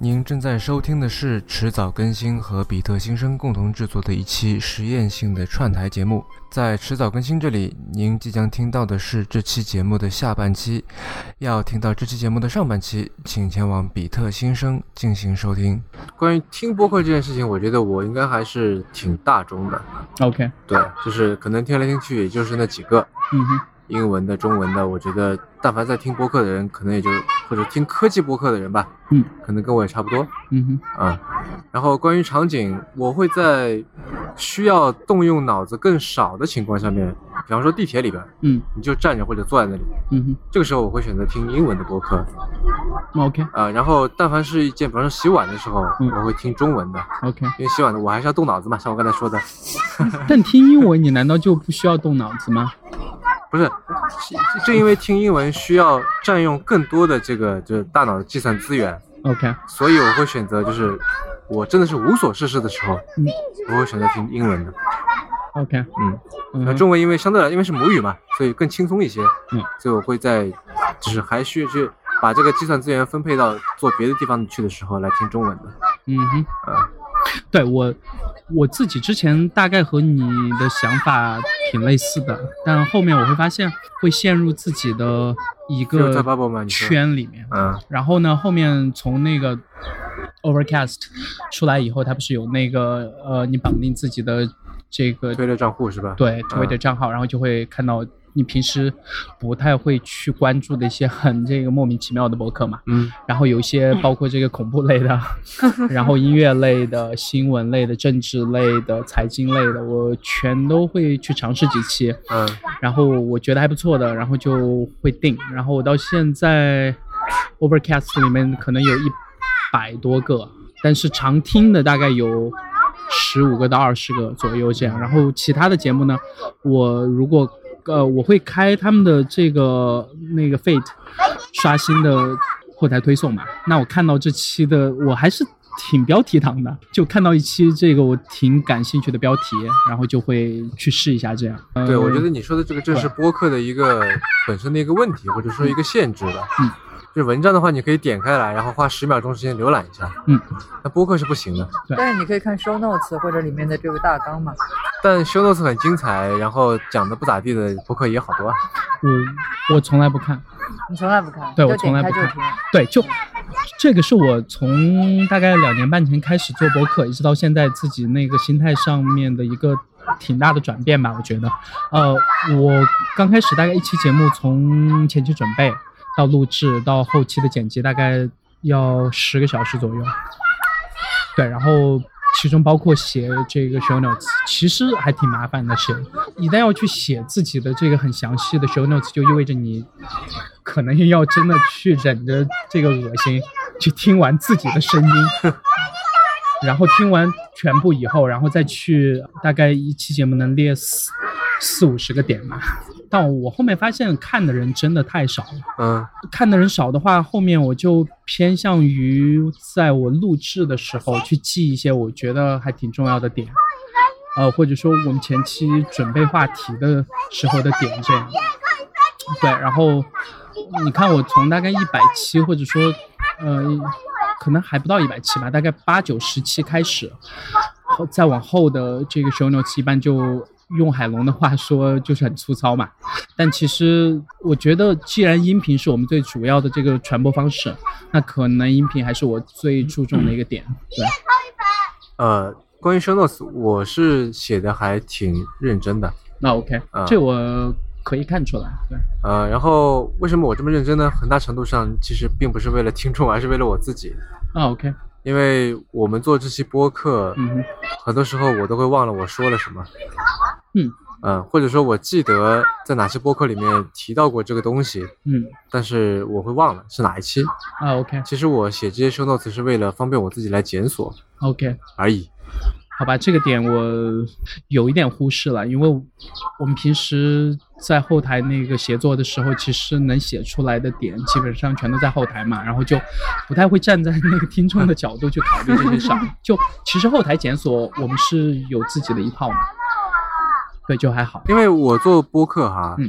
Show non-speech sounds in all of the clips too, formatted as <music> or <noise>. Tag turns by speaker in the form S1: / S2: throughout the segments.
S1: 您正在收听的是迟早更新和比特新生共同制作的一期实验性的串台节目。在迟早更新这里，您即将听到的是这期节目的下半期。要听到这期节目的上半期，请前往比特新生进行收听。关于听播客这件事情，我觉得我应该还是挺大众的。
S2: OK，
S1: 对，就是可能听来听去也就是那几个
S2: 嗯哼，
S1: 英文的、中文的。我觉得，但凡在听播客的人，可能也就或者听科技播客的人吧，
S2: 嗯，
S1: 可能跟我也差不多。
S2: 嗯哼，
S1: 啊、然后关于场景，我会在需要动用脑子更少的情况下面，比方说地铁里边，
S2: 嗯
S1: 你就站着或者坐在那里，
S2: 嗯
S1: 这个时候我会选择听英文的播客
S2: 哼，OK
S1: 啊、然后但凡是一件，比方说洗碗的时候，
S2: 嗯
S1: 我会听中文的，
S2: OK，
S1: 因为洗碗的我还是要动脑子嘛，像我刚才说的，
S2: <laughs> 但听英文你难道就不需要动脑子吗？
S1: 不是，正正因为听英文需要占用更多的这个就是大脑的计算资源，
S2: OK，
S1: 所以我会选择就是我真的是无所事事的时候，
S2: 嗯
S1: 我会选择听英文的，
S2: OK，
S1: 嗯。
S2: 嗯
S1: 那
S2: 哼，
S1: 中文因为相对来，因为是母语嘛，所以更轻松一些。
S2: 嗯，
S1: 所以我会在，就是还需要去把这个计算资源分配到做别的地方去的时候来听中文的。
S2: 嗯哼，
S1: 啊、
S2: 对我我自己之前大概和你的想法挺类似的，但后面我会发现会陷入自己的一
S1: 就是
S2: 个
S1: 在 bubble 吗你说
S2: 圈里面，
S1: 嗯，
S2: 然后呢，后面从那个 Overcast 出来以后，它不是有那个呃，你绑定自己的这个
S1: 推特账户是吧？，
S2: 对 Twitter 账号，然后就会看到你平时不太会去关注的一些很这个莫名其妙的博客嘛。
S1: 嗯，
S2: 然后有一些包括这个恐怖类的，然后音乐类的、新闻类的、政治类的、财经类的，我全都会去尝试几期。
S1: 嗯，
S2: 然后我觉得还不错的，然后就会定。然后我到现在 Overcast 里面可能有一百多个，但是常听的大概有十五个到二十个左右这样。然后其他的节目呢，我如果呃我会开他们的这个那个 Fate 刷新的后台推送嘛，那我看到这期的我还是。挺标题党的，就看到一期这个我挺感兴趣的标题，然后就会去试一下这样。呃
S1: 对，我觉得你说的这个正是播客的一个本身的一个问题，或者说一个限制吧。
S2: 嗯嗯，
S1: 就文章的话，你可以点开来，然后花十秒钟时间浏览一下。
S2: 嗯，
S1: 那播客是不行的。
S3: 但是你可以看 show notes 或者里面的这个大纲嘛。
S1: 但 show notes 很精彩，然后讲的不咋地的播客也好多啊。
S2: 嗯我我从来不看，
S3: 你从来不看，
S2: 对
S3: 就
S2: 我从来不
S3: 点
S2: 看
S3: 开就听。
S2: 对，就这个是我从大概两年半前开始做播客，一直到现在自己那个心态上面的一个挺大的转变吧，我觉得。呃，我刚开始大概一期节目从前期准备到录制到后期的剪辑，大概要十个小时左右。对，然后其中包括写这个 show notes，其实还挺麻烦的写。一旦要去写自己的这个很详细的 show notes，就意味着你可能要真的去忍着这个恶心，去听完自己的声音，然后听完全部以后，然后再去大概一期节目能列四四五十个点吧。但我后面发现看的人真的太少了。
S1: 嗯，
S2: 看的人少的话，后面我就偏向于在我录制的时候去记一些我觉得还挺重要的点，呃，或者说我们前期准备话题的时候的点这样。对，然后你看我从大概一百期或者说呃，可能还不到一百期吧，大概八九十期开始，后再往后的这个 show notes 一般就用海龙的话说就是很粗糙嘛。但其实我觉得，既然音频是我们最主要的这个传播方式，那可能音频还是我最注重的一个点。对，
S1: 呃，关于 show notes，我是写的还挺认真的。
S2: 那 OK，、
S1: 啊
S2: 这我可以看出来。对，
S1: 呃，然后为什么我这么认真呢？很大程度上其实并不是为了听众，而是为了我自己。
S2: 那啊 OK，
S1: 因为我们做这期播客，
S2: 嗯哼，
S1: 很多时候我都会忘了我说了什么。
S2: 嗯
S1: 嗯、或者说我记得在哪些播客里面提到过这个东西，
S2: 嗯，
S1: 但是我会忘了是哪一期。
S2: 啊 OK
S1: 其实我写这些 show notes 是为了方便我自己来检索
S2: OK，
S1: 而已。
S2: 好吧，这个点我有一点忽视了，因为我们平时在后台那个协作的时候，其实能写出来的点基本上全都在后台嘛，然后就不太会站在那个听众的角度去考虑这些事儿。就其实后台检索我们是有自己的一套嘛，对，就
S1: <laughs>
S2: 还好。
S1: 因为我做播客哈，
S2: 嗯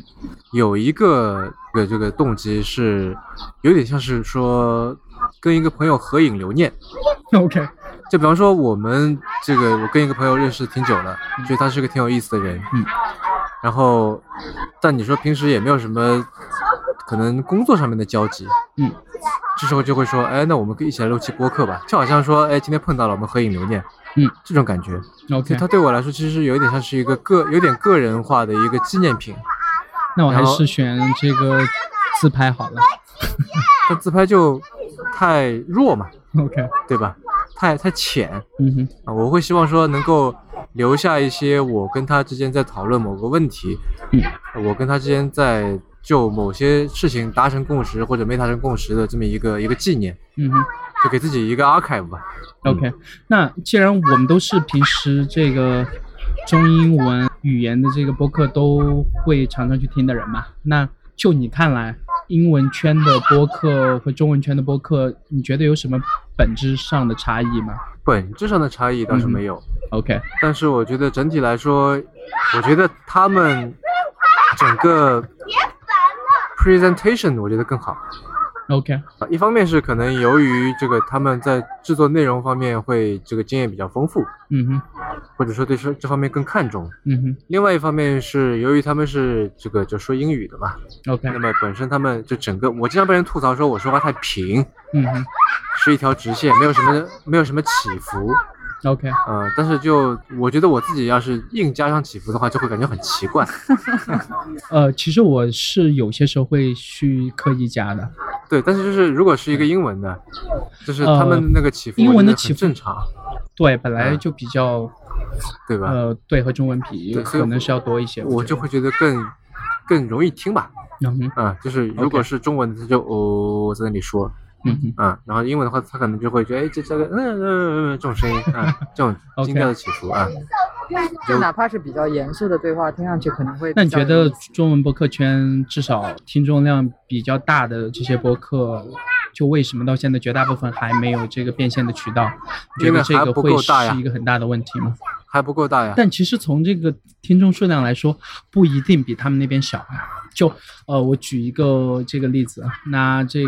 S1: 有一个这个这个动机是有点像是说跟一个朋友合影留念。
S2: OK，
S1: 就比方说我们这个，我跟一个朋友认识挺久了，
S2: 嗯
S1: 觉得他是个挺有意思的人。
S2: 嗯。
S1: 然后，但你说平时也没有什么可能工作上面的交集。
S2: 嗯。
S1: 这时候就会说，哎，那我们可以一起来录期播客吧，就好像说，哎，今天碰到了，我们合影留念。
S2: 嗯，
S1: 这种感觉，就
S2: OK，
S1: 它对我来说其实有一点像是一个个有点个人化的一个纪念品。
S2: 那我还
S1: 然后
S2: 是选这个自拍好了。
S1: 但自拍就太弱嘛，
S2: OK，
S1: 对吧？太太浅
S2: 嗯哼，
S1: 啊！我会希望说能够留下一些我跟他之间在讨论某个问题，
S2: 嗯
S1: 我跟他之间在就某些事情达成共识或者没达成共识的这么一个一个纪念，
S2: 嗯哼。
S1: 就给自己一个 archive 吧。
S2: OK，那既然我们都是平时这个中英文语言的这个播客都会常常去听的人嘛，那就你看来，英文圈的播客和中文圈的播客，你觉得有什么本质上的差异吗
S1: 本质上的差异倒是没有，
S2: ？OK，
S1: 但是我觉得整体来说，我觉得他们整个 presentation 我觉得更好。
S2: OK，
S1: 啊，一方面是可能由于这个他们在制作内容方面会这个经验比较丰富，
S2: 嗯哼，
S1: 或者说对这这方面更看重；
S2: 嗯
S1: 另外一方面是由于他们是这个就说英语的嘛，
S2: 哼，OK，
S1: 那么本身他们就整个我经常被人吐槽说我说话太平，
S2: 嗯哼
S1: 是一条直线，没有什么没有什么起伏，
S2: ，OK，
S1: 呃，但是就我觉得我自己要是硬加上起伏的话，就会感觉很奇怪。
S2: 呃，其实我是有些时候会去刻意加的，
S1: 对，但是就是如果是一个英文的，就是他们那个起伏，
S2: 呃英文的
S1: 我觉得很
S2: 起伏
S1: 正常，
S2: 对，本来就比较、
S1: 对吧？
S2: 呃，对和中文比
S1: 对所以
S2: 可能是要多一些，
S1: 我
S2: 觉
S1: 就
S2: 得
S1: 会觉得更更容易听吧。
S2: 嗯哼，
S1: 啊，就是如
S2: OK
S1: 果是中文的，他就哦在那里说
S2: 嗯哼。
S1: 啊，然后英文的话，他可能就会觉得哎这这个嗯嗯嗯嗯这种声音啊，这种
S2: <laughs> OK
S1: 音调的起伏啊，
S3: 就哪怕是比较严肃的对话，听上去可能会
S2: 那
S3: 比
S2: 你
S3: 较
S2: 觉
S3: 有意思。
S2: 得中文播客圈至少听众量比较大的这些播客，就为什么到现在绝大部分还没有这个变现的渠道？你觉
S1: 因为
S2: 得这
S1: 还
S2: 个
S1: 不
S2: 会
S1: 够大呀
S2: 是一个很大的问题吗？
S1: 还不够大呀。
S2: 但其实从这个听众数量来说，不一定比他们那边小啊。就呃，我举一个这个例子，拿这个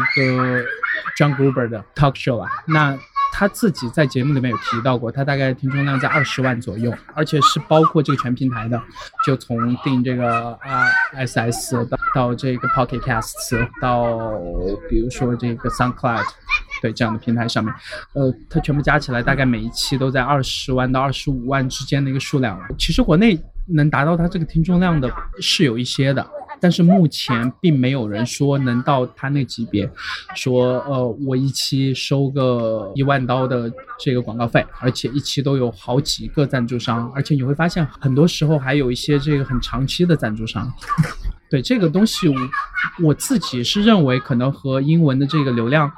S2: John Gruber 的 Talk Show 啊，那他自己在节目里面有提到过，他大概听众量在二十万左右，而且是包括这个全平台的，就从定这个啊 SS 到到这个 Pocket Casts，到比如说这个 SoundCloud。对这样的平台上面，呃，它全部加起来大概每一期都在二十万到二十五万之间的一个数量了。其实国内能达到它这个听众量的是有一些的，但是目前并没有人说能到它那级别，说呃我一期收个一万刀的这个广告费，而且一期都有好几个赞助商，而且你会发现很多时候还有一些这个很长期的赞助商。 <laughs> 对这个东西我，我自己是认为可能和英文的这个流量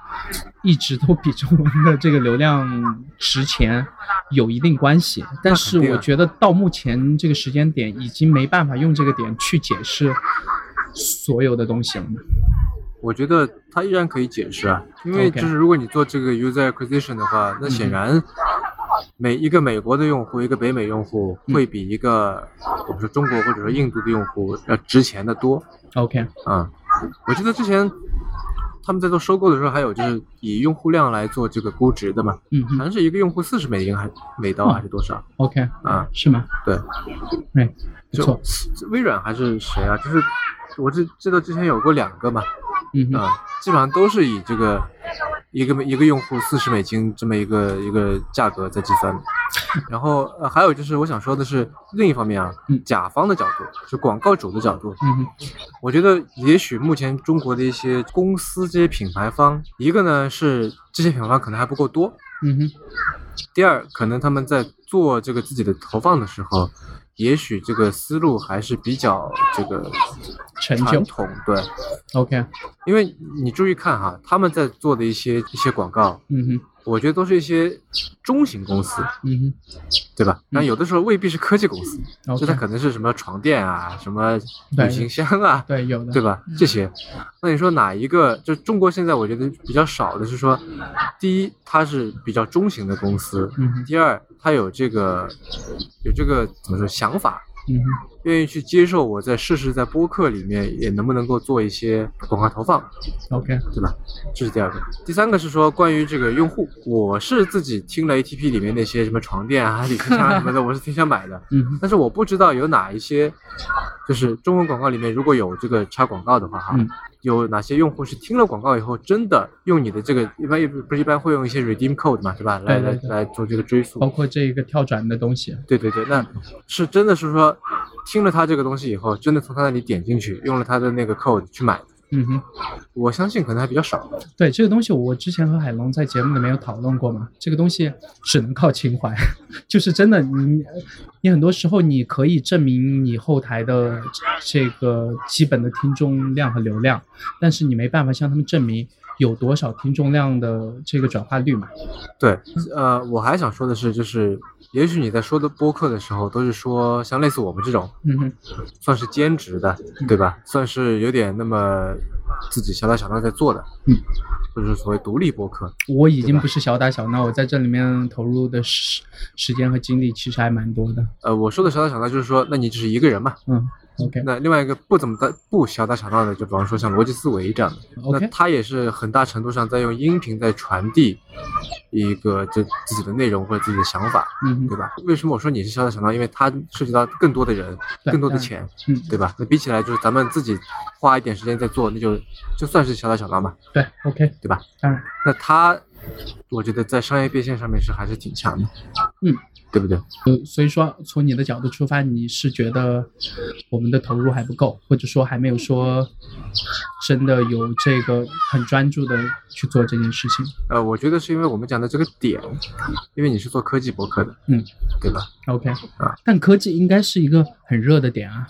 S2: 一直都比中文的这个流量值钱有一定关系，但是
S1: 肯定
S2: 我
S1: 啊
S2: 觉得到目前这个时间点已经没办法用这个点去解释所有的东西了嘛。
S1: 我觉得它依然可以解释啊，因为
S2: OK 嗯
S1: 就是如果你做这个 user acquisition 的话，那显然每一个美国的用户，一个北美用户
S2: 嗯
S1: 会比一个我们说中国或者说印度的用户要值钱的多。
S2: OK，
S1: 啊、我记得之前他们在做收购的时候，还有就是以用户量来做这个估值的嘛，
S2: 嗯
S1: 好
S2: 哼
S1: 像是一个用户四十美金还美刀还是多少
S2: ，OK，
S1: 啊？
S2: 是吗？
S1: 对，
S2: 哎，不
S1: 就
S2: 嗯错，
S1: 这微软还是谁啊？就是我知知道之前有过两个嘛，
S2: 嗯哼
S1: 啊，基本上都是以这个一个一个用户四十美金这么一个一个价格在计算的。然后呃，还有就是我想说的是，另一方面啊
S2: 嗯，
S1: 甲方的角度，就广告主的角度，
S2: 嗯哼，
S1: 我觉得也许目前中国的一些公司、这些品牌方，一个呢是这些品牌方可能还不够多，
S2: 嗯哼，
S1: 第二可能他们在做这个自己的投放的时候，也许这个思路还是比较这个
S2: 成
S1: 传
S2: 就
S1: 统，对，
S2: ，OK，
S1: 因为你注意看哈，他们在做的一些一些广告，
S2: 嗯哼，
S1: 我觉得都是一些中型公司，
S2: 嗯
S1: 对吧？那
S2: 嗯
S1: 有的时候未必是科技公司，
S2: 哼
S1: 就它
S2: ，OK，
S1: 可能是什么床垫啊、什么
S2: 对嗯
S1: 旅行箱啊，
S2: 对，有的，
S1: 对吧？这些，那你说哪一个？就中国现在我觉得比较少的是说，第一，它是比较中型的公司；
S2: 嗯哼，
S1: 第二，它有这个有这个怎么说想法，
S2: 嗯哼，
S1: 愿意去接受我在试试在播客里面也能不能够做一些广告投放，
S2: OK，
S1: 对吧？这是第二个，第三个是说关于这个用户，我是自己听了 ATP 里面那些什么床垫啊、旅行箱啊什么的，我是挺想买的，
S2: 嗯哼，
S1: 但是我不知道有哪一些，就是中文广告里面如果有这个插广告的话哈，
S2: 嗯
S1: 有哪些用户是听了广告以后真的用你的这个一般也不不是一般会用一些 redeem code 嘛，是吧？来
S2: 对
S1: 来
S2: 对对
S1: 来做这个追溯，
S2: 包括这个跳转的东西，
S1: 对对对，那是真的是说听了他这个东西以后，真的从他那里点进去，用了他的那个 code 去买，
S2: 嗯哼。
S1: 我相信可能还比较少。
S2: 对这个东西，我之前和海龙在节目里面有讨论过嘛，这个东西只能靠情怀， <laughs> 就是真的你你很多时候你可以证明你后台的这个基本的听众量和流量，但是你没办法向他们证明有多少听众量的这个转化率嘛。
S1: 对，呃，我还想说的是，就是也许你在说的播客的时候，都是说像类似我们这种
S2: 嗯哼，
S1: 算是兼职的，对吧？算是有点那么自己小打小闹在做的，
S2: 嗯，
S1: 或者说所谓独立播客，
S2: 我已经
S1: 对吧
S2: 不是小打小闹，我在这里面投入的时时间和精力其实还蛮多的。
S1: 呃，我说的小打小闹就是说，那你只是一个人嘛。
S2: 嗯，OK
S1: 那另外一个不怎么大不小打小闹的，就比方说像逻辑思维这样的，那
S2: OK，
S1: 他也是很大程度上在用音频在传递一个就自己的内容或者自己的想法，
S2: 嗯
S1: 对
S2: 哼，
S1: 吧？为什么我说你是小打小闹？因为它涉及到更多的人、
S2: 对
S1: 更多的
S2: 当然
S1: 钱，
S2: 嗯，
S1: 对吧？那比起来就是咱们自己花一点时间在做，那就就算是小打小闹嘛。
S2: 对，OK，
S1: 对吧？
S2: 当然，
S1: 那他，我觉得在商业变现上面是还是挺强的，
S2: 嗯，
S1: 对不对？
S2: 呃，所以说从你的角度出发，你是觉得我们的投入还不够，或者说还没有说真的有这个很专注的去做这件事情。
S1: 呃，我觉得是因为我们讲的这个点，因为你是做科技博客的，
S2: 嗯，
S1: 对吧？
S2: OK，但科技应该是一个很热的点啊。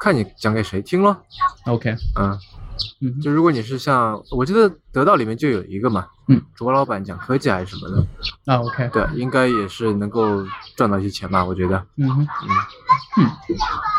S1: 看你讲给谁听咯，
S2: OK，
S1: 嗯，
S2: 嗯哼，
S1: 就如果你是像，我记得得到里面就有一个嘛，
S2: 嗯，
S1: 卓老板讲科技还是什么的，
S2: 啊 OK，
S1: 对，应该也是能够赚到一些钱吧，我觉得，
S2: 嗯哼，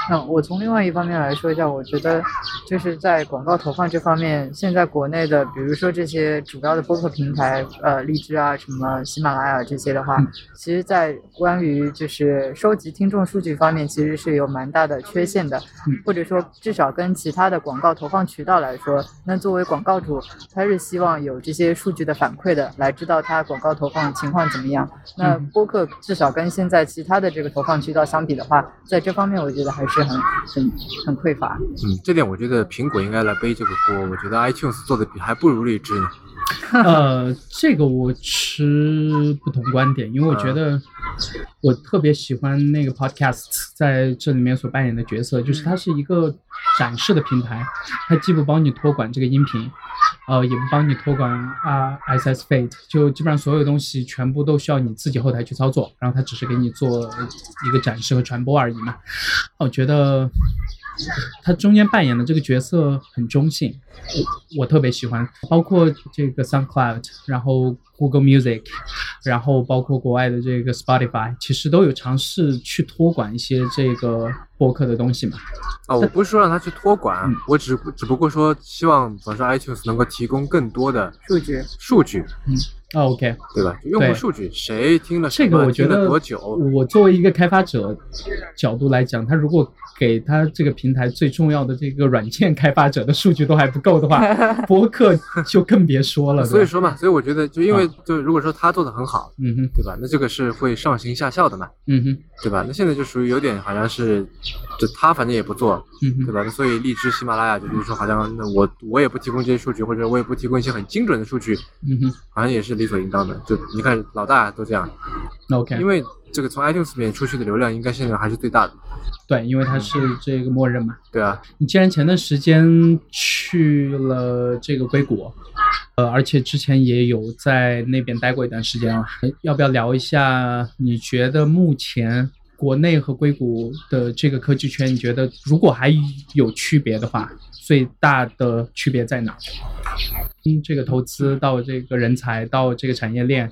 S3: 那我从另外一方面来说一下，我觉得就是在广告投放这方面，现在国内的，比如说这些主要的播客平台，呃，荔枝啊，什么喜马拉雅这些的话，
S2: 嗯
S3: 其实，在关于就是收集听众数据方面，其实是有蛮大的缺陷的，
S2: 嗯
S3: 或者说至少跟其他的广告投放渠道来说，那作为广告主，他是希望有这些数据的反馈的，来知道他广告投放情况怎么样。那
S2: 嗯
S3: 播客至少跟现在其他的这个投放渠道相比的话，在这方面我觉得还是很很很匮乏。
S1: 嗯，这点我觉得苹果应该来背这个锅，我觉得 iTunes 做的比还不如荔枝呢，
S2: 呃，这个我持不同观点，因为我觉得我特别喜欢那个 podcast 在这里面所扮演的角色，就是它是一个展示的平台，它既不帮你托管这个音频，呃，也不帮你托管啊 SS Feed，就基本上所有东西全部都需要你自己后台去操作，然后它只是给你做一个展示和传播而已嘛。我觉得他中间扮演的这个角色很中性，我我特别喜欢，包括这个 SoundCloud，然后 Google Music，然后包括国外的这个 Spotify，其实都有尝试去托管一些这个播客的东西嘛。
S1: 啊，我不是说让他去托管
S2: 嗯，
S1: 我只只不过说希望，比方说 iTunes 能够提供更多的
S3: 数据，
S1: 数据，
S2: 啊 OK，
S1: 对吧？用户
S2: 对
S1: 数据，谁听了什
S2: 这
S1: 么，
S2: 个我觉
S1: 听了
S2: 得
S1: 多久，
S2: 我作为一个开发者角度来讲，他如果给他这个平台最重要的这个软件开发者的数据都还不够的话，
S1: <laughs>
S2: 播客就更别说了。对吧
S1: 所以，说嘛，所以我觉得，就因为就如果说他做的很好，
S2: 嗯哼，
S1: 对吧？那这个是会上行下效的嘛，
S2: 嗯哼，
S1: 对吧？那现在就属于有点好像是，就他反正也不做，
S2: 嗯哼
S1: 对。吧？那所以荔枝、喜马拉雅就是说，好像那我我也不提供这些数据，或者我也不提供一些很精准的数据，
S2: 嗯哼
S1: 好像也是理所应当的。就你看老大都这样，
S2: 那，OK，
S1: 因为这个从 iTunes 里面出去的流量应该现在还是最大的，
S2: 对，因为它是这个默认嘛。
S1: 对啊，
S2: 你既然前段时间去了这个硅谷，呃，而且之前也有在那边待过一段时间了，啊要不要聊一下？你觉得目前国内和硅谷的这个科技圈，你觉得如果还有区别的话，最大的区别在哪？从这个投资到这个人才，到这个产业链，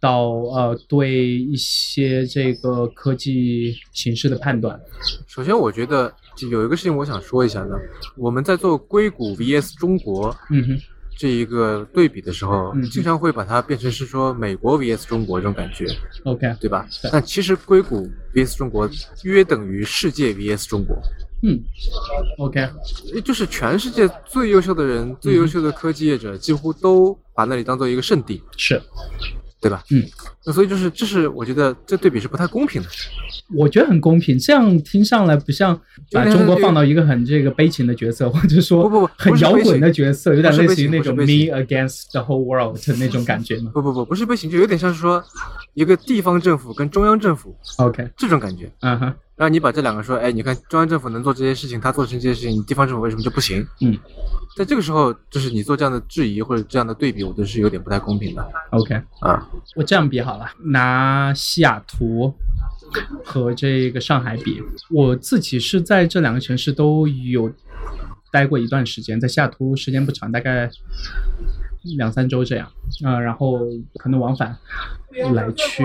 S2: 到呃对一些这个科技形势的判断，
S1: 首先，我觉得就有一个事情我想说一下呢，我们在做硅谷 VS 中国
S2: 嗯哼。
S1: 这一个对比的时候，
S2: 嗯
S1: 经常会把它变成是说美国 VS 中国这种感觉，
S2: OK，
S1: 对吧
S2: 对？
S1: 但其实硅谷 VS 中国约等于世界 VS 中国，
S2: 嗯，OK，
S1: 就是全世界最优秀的
S2: 嗯
S1: 人、最优秀的科技业者，几乎都把那里当做一个圣地，
S2: 是，
S1: 对吧？
S2: 嗯，
S1: 那所以就是，这是我觉得这对比是不太公平的。
S2: 我觉得很公平。这样听上来不像把中国放到一个很这个悲情的角色，或者说
S1: 不不不
S2: 很
S1: 不是
S2: 摇
S1: 悲情
S2: 滚的角色，有点
S1: 不是
S2: 类
S1: 悲
S2: 似于
S1: 情
S2: 那
S1: 不是
S2: 种
S1: 悲
S2: me
S1: 情
S2: against the whole world 的那种感觉嘛。
S1: 不不不，不是不行，就有点像是说一个地方政府跟中央政府
S2: OK，
S1: 这种感觉。
S2: 嗯哼，
S1: 然后你把这两个说，哎，你看中央政府能做这些事情，他做成这些事情，地方政府为什么就不行？
S2: 嗯，
S1: 在这个时候，就是你做这样的质疑或者这样的对比，我觉得是有点不太公平的
S2: ，OK，
S1: 啊。
S2: 我这样比好了，拿西雅图和这个上海比，我自己是在这两个城市都有待过一段时间，在西雅图时间不长，大概两三周这样，啊、然后可能往返来去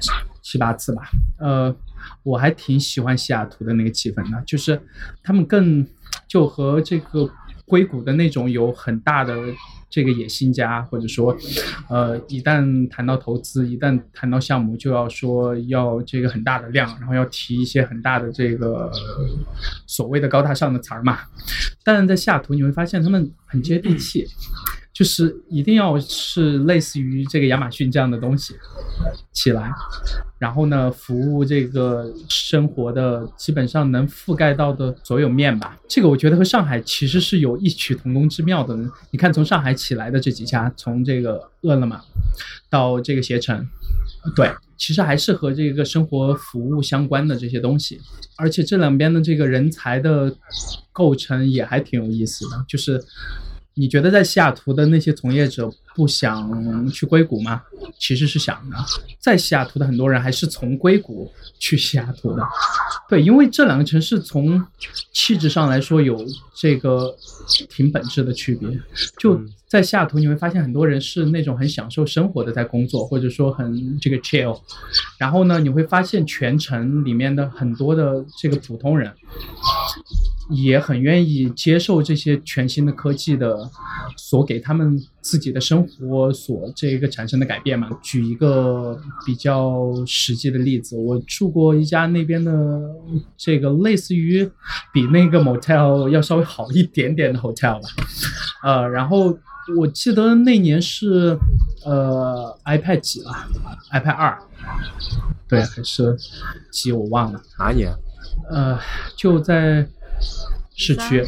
S2: 七七八次吧，呃，我还挺喜欢西雅图的那个气氛的，就是他们更就和这个硅谷的那种有很大的这个野心家，或者说，呃，一旦谈到投资，一旦谈到项目，就要说要这个很大的量，然后要提一些很大的这个所谓的高大上的词儿嘛。但在西雅图你会发现他们很接地气。就是一定要是类似于这个亚马逊这样的东西起来，然后呢，服务这个生活的基本上能覆盖到的所有面吧。这个我觉得和上海其实是有异曲同工之妙的。你看，从上海起来的这几家，从这个饿了么到这个携程，对，其实还是和这个生活服务相关的这些东西。而且这两边的这个人才的构成也还挺有意思的，就是。你觉得在西雅图的那些从业者不想去硅谷吗？其实是想的，在西雅图的很多人还是从硅谷去西雅图的，对，因为这两个城市从气质上来说有这个挺本质的区别。就
S1: 嗯
S2: 在西雅图，你会发现很多人是那种很享受生活的，在工作，或者说很这个 chill。然后呢，你会发现全城里面的很多的这个普通人，也很愿意接受这些全新的科技的所给他们自己的生活所这个产生的改变嘛。举一个比较实际的例子，我住过一家那边的这个类似于比那个 motel 要稍微好一点点的 hotel 吧，呃，然后我记得那年是呃 iPad 几了，iPad 二，对，还是几我忘了，
S1: 哪一年？
S2: 呃，就在市区。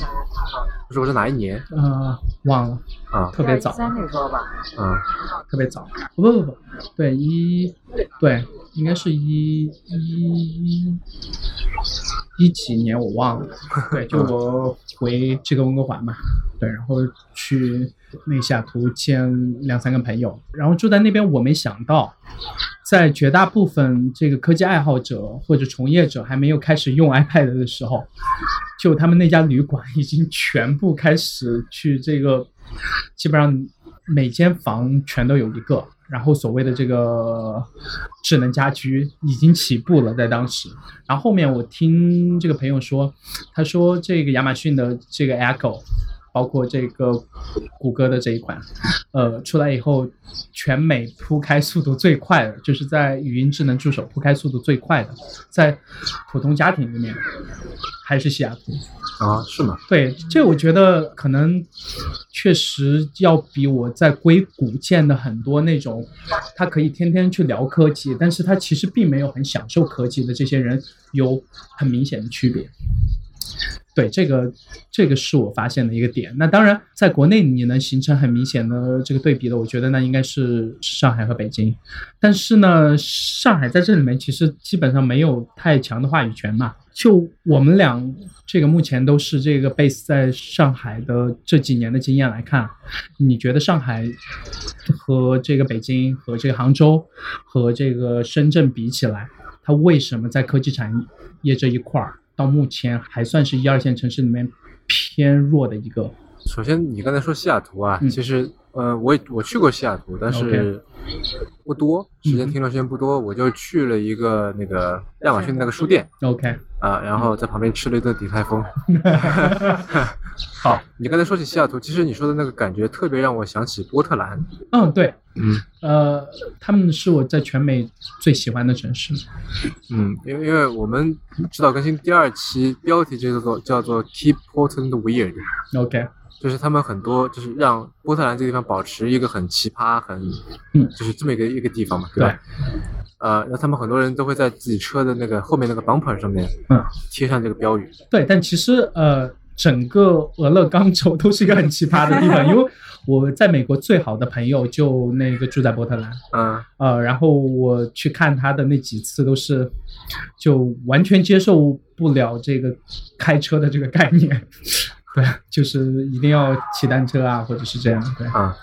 S1: 不是我说哪一年
S2: 呃，忘了，
S1: 啊？
S2: 特别早，
S3: 三那时候吧，
S1: 啊，
S2: 特别早。哦不不不不，对一，对，应该是一一一几年，我忘了。对，就我回这个温哥华嘛，对，然后去那西雅图见两三个朋友，然后住在那边，我没想到。在绝大部分这个科技爱好者或者从业者还没有开始用 iPad 的时候，就他们那家旅馆已经全部开始去这个，基本上每间房全都有一个，然后所谓的这个智能家居已经起步了，在当时。然后后面我听这个朋友说，他说这个亚马逊的这个 Echo，包括这个谷歌的这一款，呃，出来以后，全美铺开速度最快的，就是在语音智能助手铺开速度最快的，在普通家庭里面，还是西雅图。
S1: 啊，是吗？
S2: 对，这我觉得可能确实要比我在硅谷见的很多那种，他可以天天去聊科技，但是他其实并没有很享受科技的这些人有很明显的区别。对，这个这个是我发现的一个点。那当然，在国内你能形成很明显的这个对比的，我觉得那应该是上海和北京。但是呢，上海在这里面其实基本上没有太强的话语权嘛。就我们俩这个目前都是这个 base 在上海的这几年的经验来看，啊你觉得上海和这个北京和这个杭州和这个深圳比起来，它为什么在科技产业这一块儿到目前还算是一二线城市里面偏弱的一个？
S1: 首先，你刚才说西雅图啊，
S2: 嗯
S1: 其实呃，我也我去过西雅图，但是不多，时间
S2: 嗯哼
S1: 停留时间不多，我就去了一个那个亚马逊那个书店
S2: OK，
S1: 啊，然后在旁边吃了一顿鼎泰丰。
S2: <laughs> 好，
S1: <laughs> 你刚才说起西雅图，其实你说的那个感觉特别让我想起波特兰。
S2: 嗯，对，
S1: 嗯
S2: 呃，他们是我在全美最喜欢的城市。
S1: 嗯，因为因为我们指导更新第二期标题就叫做叫做 Keep Portland Weird，
S2: OK，
S1: 就是他们很多就是让波特兰这个地方保持一个很奇葩、很
S2: 嗯
S1: 就是这么一个一个地方嘛，对吧？呃，那他们很多人都会在自己车的那个后面那个 bumper 上面，
S2: 嗯，
S1: 贴上这个标语，
S2: 对，但其实呃，整个俄勒冈州都是一个很奇葩的地方，因为我在美国最好的朋友就那个住在波特兰，
S1: 嗯
S2: 呃，然后我去看他的那几次都是，就完全接受不了这个开车的这个概念， <laughs> 对，就是一定要骑单车啊，或者是这样，对，
S1: 啊，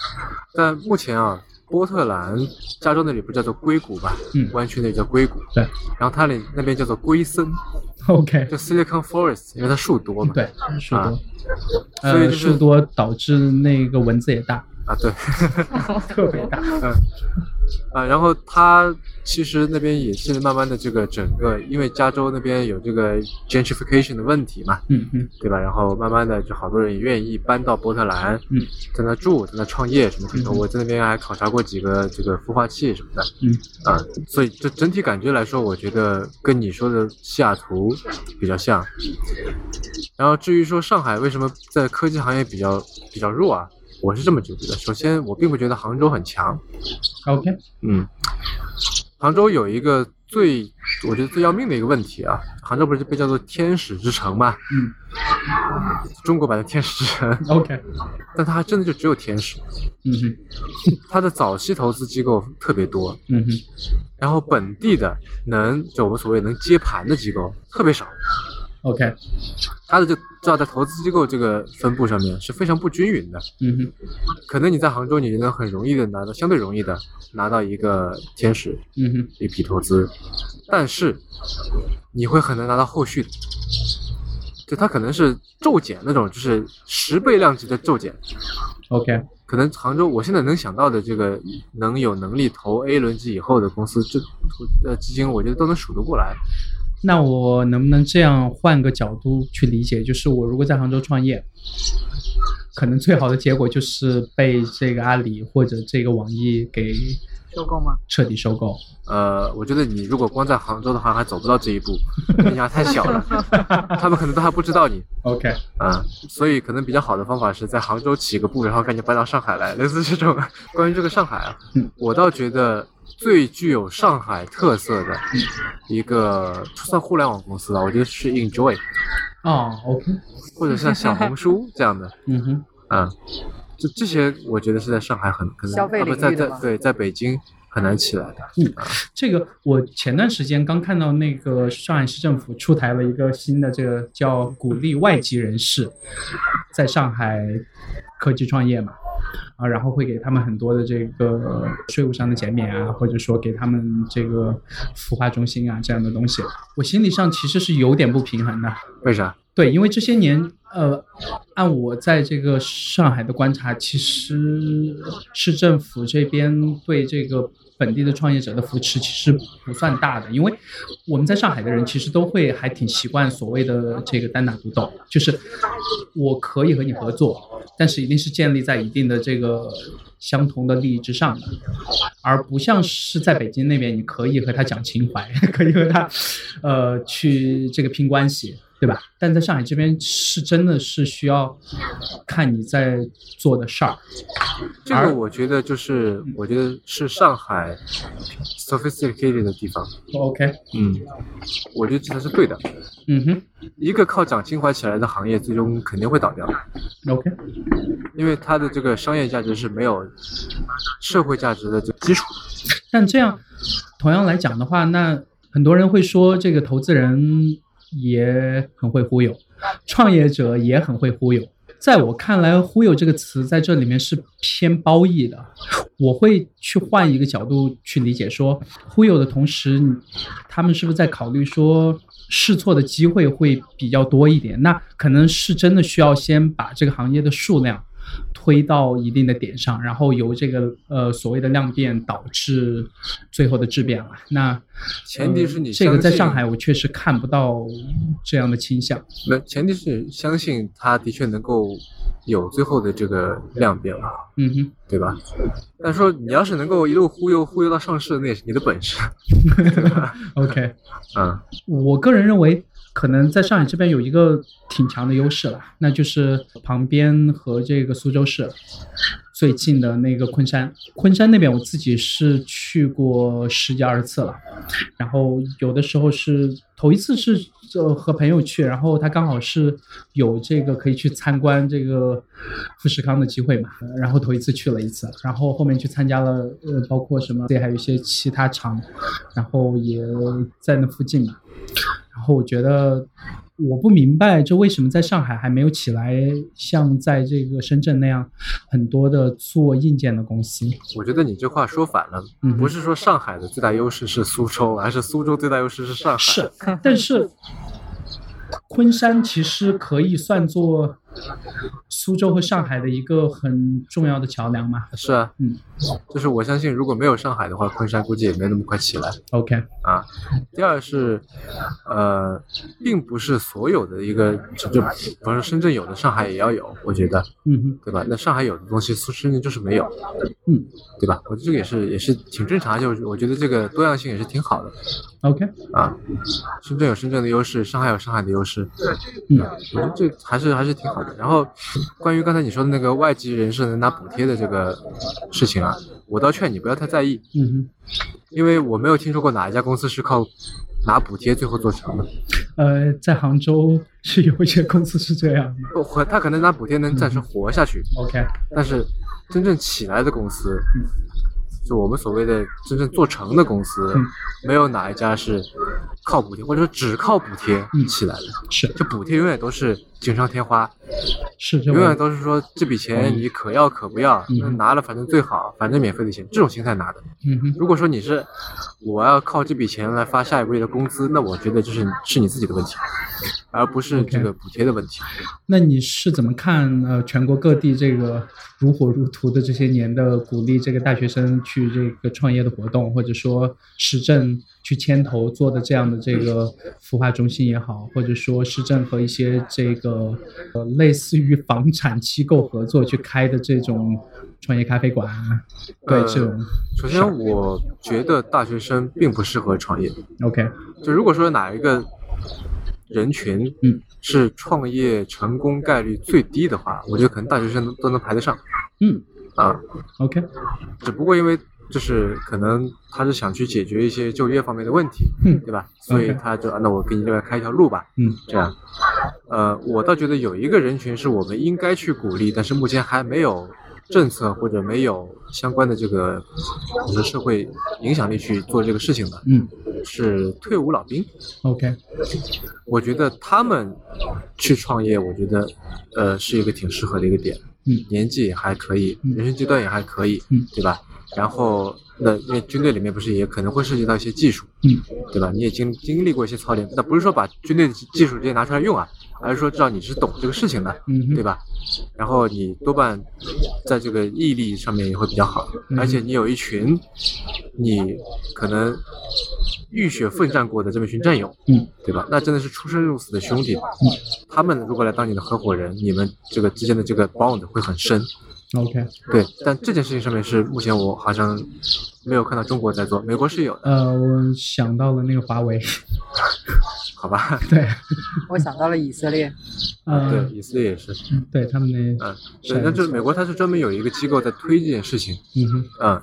S1: 但目前啊，波特兰加州那里不叫做硅谷吧？
S2: 嗯
S1: 湾区那里叫硅谷，
S2: 对，
S1: 然后它里那边叫做硅森， <laughs>
S2: ，OK，
S1: 就 Silicon Forest，因为它树多嘛，
S2: 对，树多，
S1: 啊所以
S2: 呃，
S1: 就是
S2: 树多导致那个蚊子也大，
S1: 啊，对，
S2: 特别大，
S1: 啊，然后它其实那边也是慢慢的这个整个，因为加州那边有这个 gentrification 的问题嘛，
S2: 嗯嗯
S1: 对吧？然后慢慢的就好多人也愿意搬到波特兰，
S2: 嗯，
S1: 在那住，在那创业什么很多。
S2: 嗯
S1: 我在那边还考察过几个这个孵化器什么的，
S2: 嗯
S1: 啊，所以这整体感觉来说，我觉得跟你说的西雅图比较像。然后至于说上海为什么在科技行业比较比较弱啊，我是这么觉得的。首先，我并不觉得杭州很强，
S2: ，OK，
S1: 嗯，杭州有一个最我觉得最要命的一个问题啊，杭州不是被叫做天使之城嘛，
S2: 嗯
S1: 中国版的天使之城， <laughs>
S2: ，OK，
S1: 但它还真的就只有天使，
S2: 嗯哼，
S1: 它的早期投资机构特别多，
S2: 嗯哼。
S1: 然后本地的能就我们所谓能接盘的机构特别少，
S2: OK，
S1: 它的这这在投资机构这个分布上面是非常不均匀的。
S2: 嗯哼，
S1: 可能你在杭州，你能很容易的拿到相对容易的拿到一个天使
S2: 嗯哼，
S1: 一笔投资，但是你会很难拿到后续的。就它可能是骤减那种，就是十倍量级的骤减，
S2: OK，
S1: 可能杭州，我现在能想到的这个能有能力投 A 轮级以后的公司，这呃基金，我觉得都能数得过来。
S2: 那我能不能这样换个角度去理解？就是我如果在杭州创业，可能最好的结果就是被这个阿里或者这个网易给
S3: 收购吗？
S2: 彻底收购。
S1: 呃，我觉得你如果光在杭州的话，还走不到这一步， <laughs> 你还太小了，他们可能都还不知道你
S2: OK，
S1: 啊、所以可能比较好的方法是在杭州起个步，然后赶紧搬到上海来，类似这种。关于这个上海啊
S2: 嗯，
S1: 我倒觉得最具有上海特色的
S3: 嗯
S1: 一个算互联网公司吧，我觉得是 Enjoy
S2: 哦，OK，
S1: 或者像
S3: <laughs>
S1: 小红书这样的。
S2: 嗯哼，
S1: 啊，这这些我觉得是在上海很可能
S3: 消费
S1: 啊不
S3: 领
S1: 在
S3: 域的
S1: 在
S3: 吗
S1: 对在北京很难起来的。
S2: 这个我前段时间刚看到那个上海市政府出台了一个新的这个叫鼓励外籍人士在上海科技创业嘛，啊，然后会给他们很多的这个税务上的减免啊，或者说给他们这个孵化中心啊这样的东西，我心理上其实是有点不平衡的，
S1: 为啥？
S2: 对，因为这些年，呃，按我在这个上海的观察，其实市政府这边对这个本地的创业者的扶持其实不算大的，因为我们在上海的人其实都会还挺习惯所谓的这个单打独斗，就是我可以和你合作，但是一定是建立在一定的这个相同的利益之上的。而不像是在北京那边，你可以和他讲情怀， <laughs> 可以和他，呃，去这个拼关系，对吧？但在上海这边是真的是需要看你在做的事儿，
S1: 这个我觉得就是
S3: 嗯
S1: 我觉得是上海 sophisticated 的地方。
S2: OK，
S1: 嗯，我觉得这才是对的。
S2: 嗯哼
S1: 一个靠讲情怀起来的行业，最终肯定会倒掉的，
S2: ，OK，
S1: 因为它的这个商业价值是没有社会价值的这个基础的。
S2: <laughs> 但这样同样来讲的话，那很多人会说这个投资人也很会忽悠，创业者也很会忽悠。在我看来，“忽悠”这个词在这里面是偏褒义的。我会去换一个角度去理解说，忽悠的同时，你他们是不是在考虑说试错的机会会比较多一点？那可能是真的需要先把这个行业的数量推到一定的点上，然后由这个呃所谓的量变导致最后的质变了。那
S1: 前提是你
S2: 呃这个在
S1: 相信
S2: 上海我确实看不到这样的倾向。
S1: 那前提是相信它的确能够有最后的这个量变嘛，
S2: 嗯哼。
S1: 对吧？但是说你要是能够一路忽悠忽悠到上市，那也是你的本事。 <laughs>
S2: <laughs> OK，
S1: 嗯，
S2: 我个人认为，可能在上海这边有一个挺强的优势了，那就是旁边和这个苏州市最近的那个昆山。昆山那边我自己是去过十几二十次了，然后有的时候是头一次是呃和朋友去，然后他刚好是有这个可以去参观这个富士康的机会嘛，呃然后头一次去了一次，然后后面去参加了呃包括什么，这还有一些其他场，然后也在那附近嘛，然后我觉得我不明白这为什么在上海还没有起来像在这个深圳那样很多的做硬件的公司，
S1: 我觉得你这话说反了，
S2: 嗯哼
S1: 不是说上海的最大优势是苏州，而是苏州最大优势是上海。
S2: 是，但是昆山其实可以算作苏州和上海的一个很重要的桥梁嘛。
S1: 是啊，
S2: 嗯
S1: 就是我相信如果没有上海的话，昆山估计也没那么快起来。
S2: ，OK，
S1: 啊。第二是，呃，并不是所有的一个，就就不是深圳有的，上海也要有，我觉得，
S2: 嗯哼，
S1: 对吧？那上海有的东西，苏深圳就是没有，
S2: 嗯
S1: 对吧？我觉得这个也是也是挺正常，就是我觉得这个多样性也是挺好的
S2: ，OK，
S1: 啊。深圳有深圳的优势，上海有上海的优势，
S2: 嗯
S1: 我觉得这还是还是挺好的。然后，关于刚才你说的那个外籍人士能拿补贴的这个事情啊，我倒劝你不要太在意，
S2: 嗯哼。
S1: 因为我没有听说过哪一家公司是靠拿补贴最后做成的。
S2: 呃，在杭州是有一些公司是这样的。
S1: 不活，他可能拿补贴能
S2: 嗯
S1: 暂时活下去，
S2: OK，
S1: 但是真正起来的公司，
S2: 嗯
S1: 就我们所谓的真正做成的公司
S2: 嗯，
S1: 没有哪一家是靠补贴或者说只靠补贴
S2: 嗯
S1: 起来的。
S2: 是
S1: 就补贴永远都是锦上添花，
S2: 是这
S1: 永远
S2: 么。
S1: 都是说这笔钱你可要可不要，
S2: 嗯
S1: 那拿了反正最好，反正免费的钱，这种心态拿的。
S2: 嗯哼，
S1: 如果说你是我要靠这笔钱来发下一个月的工资，那我觉得就是是你自己的问题，而不是这个补贴的问题。
S2: 那你是怎么看呃全国各地这个如火如荼的这些年的鼓励这个大学生去这个创业的活动，或者说市政去牵头做的这样的这个孵化中心也好，或者说市政和一些这个呃类似于房产机构合作去开的这种创业咖啡馆啊，对
S1: 呃
S2: 这种
S1: 首先，我觉得大学生并不适合创业。
S2: OK
S1: 就如果说哪一个人群，
S2: 嗯，
S1: 是创业成功概率最低的话，我觉得可能大学生都能排得上
S2: 嗯
S1: 啊。
S2: OK
S1: 只不过因为就是可能他是想去解决一些就业方面的问题，
S2: 嗯
S1: 对吧？所以
S2: OK
S1: 他就、啊、那我给你另外开一条路吧，
S2: 嗯
S1: 这样。呃，我倒觉得有一个人群是我们应该去鼓励，但是目前还没有政策或者没有相关的这个我们社会影响力去做这个事情的，
S2: 嗯
S1: 是退伍老兵。
S2: OK
S1: 我觉得他们去创业，我觉得呃是一个挺适合的一个点。
S2: 嗯
S1: 年纪也还可以，
S2: 嗯
S1: 人生阶段也还可以，
S2: 嗯
S1: 对吧？然后那因为军队里面不是也可能会涉及到一些技术，
S2: 嗯，
S1: 对吧？你也经经历过一些操练，那不是说把军队的技术直接拿出来用啊，而是说知道你是懂这个事情的，
S2: 嗯哼
S1: 对吧？然后你多半在这个毅力上面也会比较好，
S2: 嗯
S1: 而且你有一群你可能浴血奋战过的这么一群战友，
S2: 嗯，
S1: 对吧？那真的是出生入死的兄弟，
S2: 嗯
S1: 他们如果来当你的合伙人，你们这个之间的这个 bond 会很深，
S2: OK
S1: 对。但这件事情上面是目前我好像没有看到中国在做，美国是有的，
S2: 呃，我想到了那个华为， <laughs>
S1: 好吧？
S2: 对，
S3: 我想到了以色列，
S1: <laughs> 对
S2: 呃，，
S1: 以色列也是，
S2: 对他们那，
S1: 嗯，
S2: 是
S1: 对。那就是美国它是专门有一个机构在推这件事情，
S2: 嗯哼
S1: 嗯，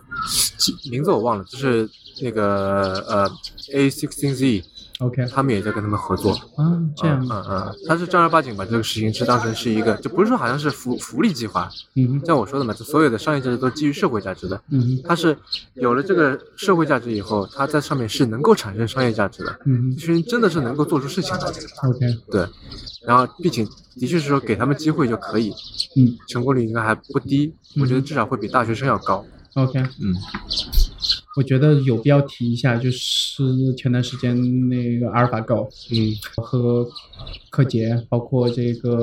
S1: 名字我忘了，就是那个呃 A sixteen Z，
S2: ，OK
S1: 他们也在跟他们合作，
S2: 啊，这样
S1: 嗯，嗯嗯，他是正儿八经把这个事情是当成是一个，就不是说好像是福福利计划，
S2: 嗯哼，
S1: 像我说的嘛，就所有的商业价值都基于社会价值的。
S2: 嗯哼，
S1: 它是有了这个社会价值以后，它在上面是能够产生商业价值的。
S2: 嗯
S1: 这群人真的是能够做出事情的，
S2: 哼，OK，
S1: 对。然后，并且的确是说给他们机会就可以，
S2: 嗯
S1: 成功率应该还不低，我觉得至少会比大学生要高。
S2: ，OK，
S1: 嗯，
S2: 我觉得有必要提一下，就是前段时间那个阿尔法狗
S4: 嗯
S2: 和柯洁，包括这个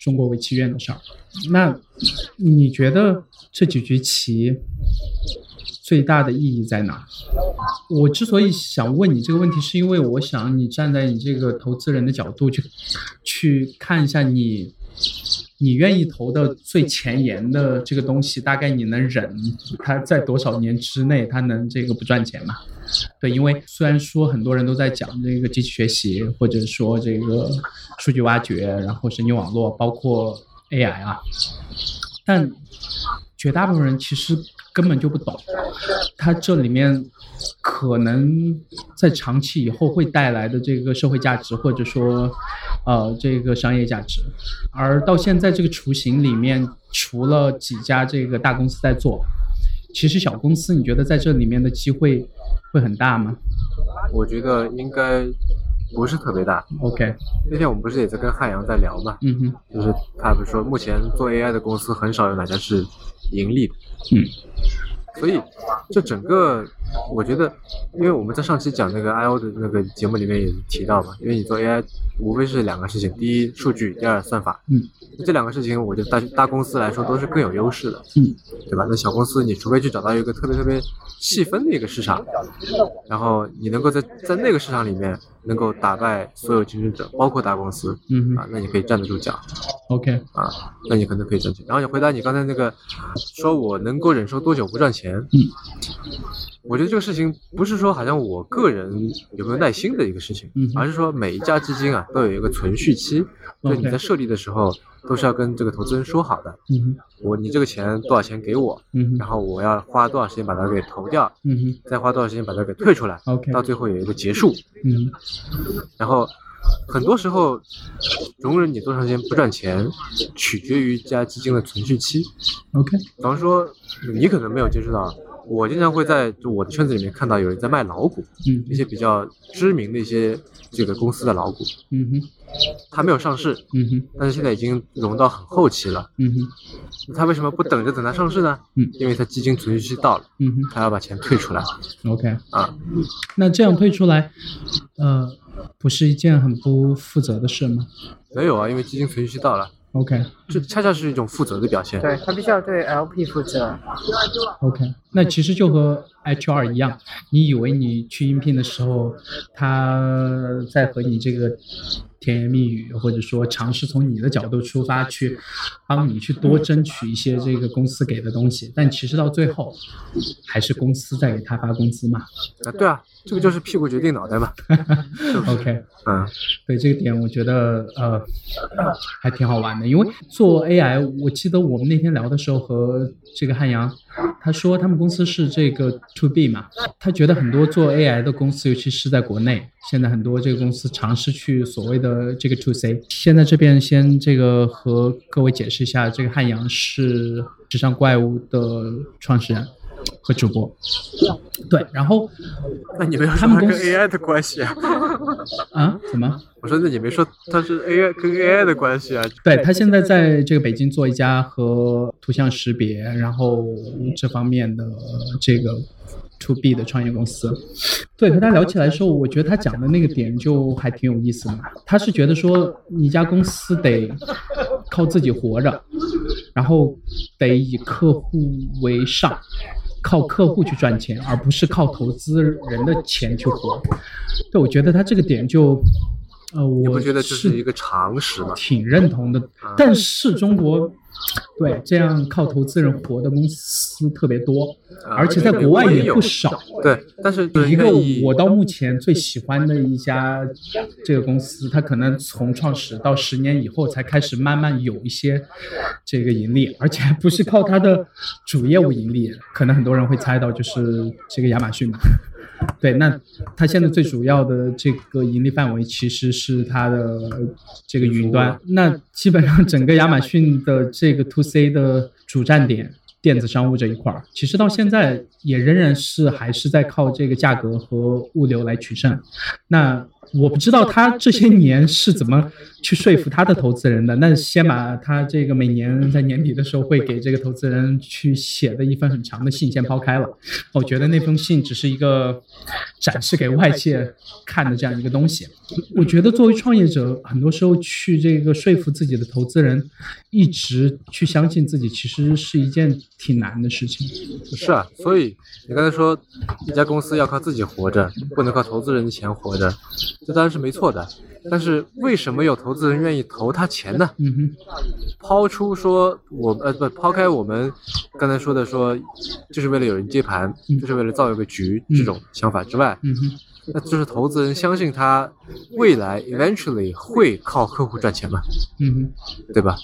S2: 中国围棋院的事儿。那你觉得这几局棋最大的意义在哪？我之所以想问你这个问题，是因为我想你站在你这个投资人的角度去去看一下你。你愿意投的最前沿的这个东西，大概你能忍它在多少年之内，它能这个不赚钱吗？对，因为虽然说很多人都在讲这个机器学习，或者说这个数据挖掘，然后神经网络，包括 AI 啊，但绝大部分人其实根本就不懂，它这里面可能在长期以后会带来的这个社会价值，或者说呃这个商业价值。而到现在这个雏形里面，除了几家这个大公司在做，其实小公司你觉得在这里面的机会会很大吗
S1: 我觉得应该不是特别大。
S2: ？OK，
S1: 那天我们不是也在跟汉阳在聊嘛，
S2: 嗯哼，
S1: 就是他们说目前做 AI 的公司很少有哪家是盈利的。
S2: 嗯。
S1: 所以，这整个我觉得，因为我们在上期讲那个 IO 的那个节目里面也提到嘛，因为你做 AI 无非是两个事情，第一数据，第二算法。
S2: 嗯，
S1: 这两个事情，我觉得大大公司来说都是更有优势的。
S2: 嗯，
S1: 对吧？那小公司，你除非去找到一个特别特别细分的一个市场，然后你能够在在那个市场里面能够打败所有竞争者，包括大公司
S2: 嗯
S1: 啊
S2: 哼，
S1: 那你可以站得住脚。
S2: ，OK，
S1: 啊，那你可能可以赚钱。然后你回答你刚才那个，说我能够忍受多久不赚钱？
S2: 嗯，
S1: 我觉得这个事情不是说好像我个人有没有耐心的一个事情，
S2: 嗯哼
S1: 而是说每一家基金啊都有一个存续期，就
S2: OK
S1: 你在设立的时候都是要跟这个投资人说好的，
S2: 嗯哼，
S1: 我你这个钱多少钱给我，
S2: 嗯
S1: 然
S2: 哼，
S1: 后我要花多少时间把它给投掉，
S2: 嗯哼
S1: 再花多少时间把它给退出来，
S2: ，OK，
S1: 到最后有一个结束。
S2: 嗯哼，
S1: 然后很多时候，容忍你多长时间不赚钱，取决于一家基金的存续期。
S2: ，OK，
S1: 比方说，你可能没有接触到，我经常会在就我的圈子里面看到有人在卖老股，
S2: 嗯
S1: 一些比较知名的一些这个公司的老股，
S2: 嗯哼，
S1: 它没有上市，
S2: 嗯哼，
S1: 但是现在已经融到很后期了。
S2: 嗯哼，
S1: 那它为什么不等着等它上市呢？
S2: 嗯
S1: 因为它基金存续期到了，
S2: 嗯哼。
S1: 它要把钱退出来
S2: OK，
S1: 啊。
S2: 那这样退出来，呃，不是一件很不负责的事吗
S1: 没有啊，因为基金存续期到了，
S2: ？OK
S1: 这恰恰是一种负责的表现。
S3: 对他必须要对 LP 负责。
S2: OK，那其实就和 HR 一样，你以为你去应聘的时候，他在和你这个甜言蜜语，或者说尝试从你的角度出发去帮你去多争取一些这个公司给的东西，但其实到最后还是公司在给他发工资嘛。
S1: 啊，对啊，这个就是屁股决定脑袋嘛。
S2: OK，
S1: 嗯，
S2: 对这个点，我觉得呃还挺好玩的，因为做 AI，我记得我们那天聊的时候和这个汉阳，他说他们公司是这个 to B 嘛，他觉得很多做 AI 的公司，尤其是在国内，现在很多这个公司尝试去所谓的这个 to C。现在这边先这个和各位解释一下，这个汉阳是时尚怪物的创始人和主播，对，然后
S1: <laughs> 那你没有说
S2: 他们
S1: 它跟
S2: 公司
S1: AI 的关系
S2: <laughs>
S1: 啊？
S2: 啊怎么？
S1: 我说那你没说它是 AI 跟 AI 的关系啊？
S2: 对他现在在这个北京做一家和图像识别，然后这方面的呃这个 to B 的创业公司。对，和他聊起来的时候，我觉得他讲的那个点就还挺有意思的嘛。他是觉得说，你一家公司得靠自己活着，然后得以客户为上，靠客户去赚钱，而不是靠投资人的钱去活。对，我觉得他这个点就。呃，
S1: 你
S2: 我
S1: 不觉得这
S2: 是
S1: 是一个常识吗？嗯
S2: 挺认同的。但嗯是中国对这样靠投资人活的公司特别多，
S1: 啊
S2: 而且在国外
S1: 也
S2: 也
S1: 有
S2: 不少。
S1: 对，但是
S2: 一个
S1: 愿意
S2: 我到目前最喜欢的一家这个公司，它可能从创始到十年以后才开始慢慢有一些这个盈利，而且还不是靠它的主业务盈利。可能很多人会猜到，就是这个亚马逊嘛。 <laughs> 对，那它现在最主要的这个盈利范围其实是它的这个云端。那基本上整个亚马逊的这个 to C 的主站点电子商务这一块儿，其实到现在也仍然是还是在靠这个价格和物流来取胜。那我不知道他这些年是怎么去说服他的投资人的。那先把他这个每年在年底的时候会给这个投资人去写的一份很长的信先抛开了。我觉得那封信只是一个展示给外界看的这样一个东西。我觉得作为创业者，很多时候去这个说服自己的投资人，一直去相信自己，其实是一件挺难的事情。
S1: 是啊，所以你刚才说，一家公司要靠自己活着，不能靠投资人的钱活着，这当然是没错的。但是为什么有投资人愿意投他钱呢？
S2: 嗯哼，
S1: 抛出说我呃不抛开我们刚才说的说，就是为了有人接盘，
S2: 嗯
S1: 就是为了造一个局这种想法之外，
S2: 嗯哼，
S1: 那就是投资人相信他未来 eventually 会靠客户赚钱嘛，
S2: 嗯哼。
S1: 对吧？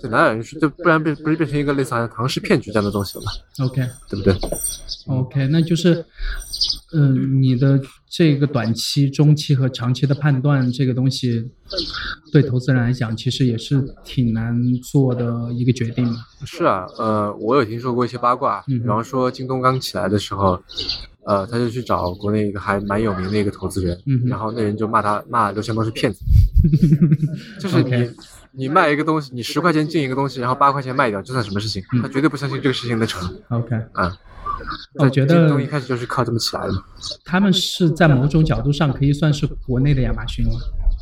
S1: 这哪有人说，就不然变不是变成一个类似好像唐氏骗局这样的东西了嘛，
S2: OK
S1: 对不对？
S2: OK，那就是，嗯、你的这个短期、中期和长期的判断，这个东西对投资人来讲，其实也是挺难做的一个决定嘛。
S1: 是啊，呃，我有听说过一些八卦，
S2: 嗯
S1: 比方说京东刚起来的时候，呃，他就去找国内一个还蛮有名的一个投资人，
S2: 嗯哼
S1: 然后那人就骂他骂刘强东是骗
S2: <laughs>
S1: 子，就是你
S2: OK
S1: 你卖一个东西，你十块钱进一个东西，然后八块钱卖掉，这算什么事情？
S2: 嗯
S1: 他绝对不相信这个事情能成
S2: ，OK，
S1: 啊。
S2: 我觉
S1: 京
S2: 得
S1: 东一开始就是靠这么起来的嘛。
S2: 他们是在某种角度上可以算是国内的亚马逊了，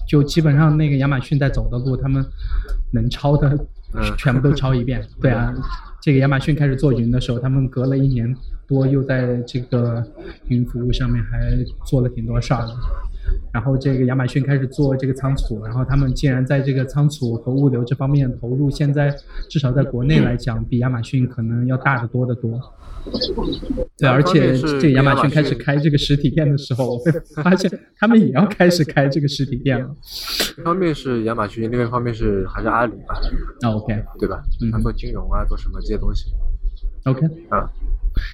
S2: 就基本上那个亚马逊在走的路，他们能抄的
S1: 嗯
S2: <laughs> 全部都抄一遍。对啊，这个亚马逊开始做云的时候，他们隔了一年多又在这个云服务上面还做了挺多事儿的。然后这个亚马逊开始做这个仓储，然后他们竟然在这个仓储和物流这方面投入，现在至少在国内来讲，比亚马逊可能要大得多得多。对，而
S1: 关键
S2: 且
S1: 嗯是
S2: 这个
S1: 亚
S2: 亚马
S1: 马
S2: 逊开始
S1: 逊
S2: 开这个实体店的时候，我会发现他们也要开始开这个实体店了。
S1: 一方面是亚马逊，另外一方面是还是阿里吧，
S2: 那 OK
S1: 对吧
S2: 嗯？
S1: 他做金融啊，做什么这些东西
S2: OK，
S1: 啊？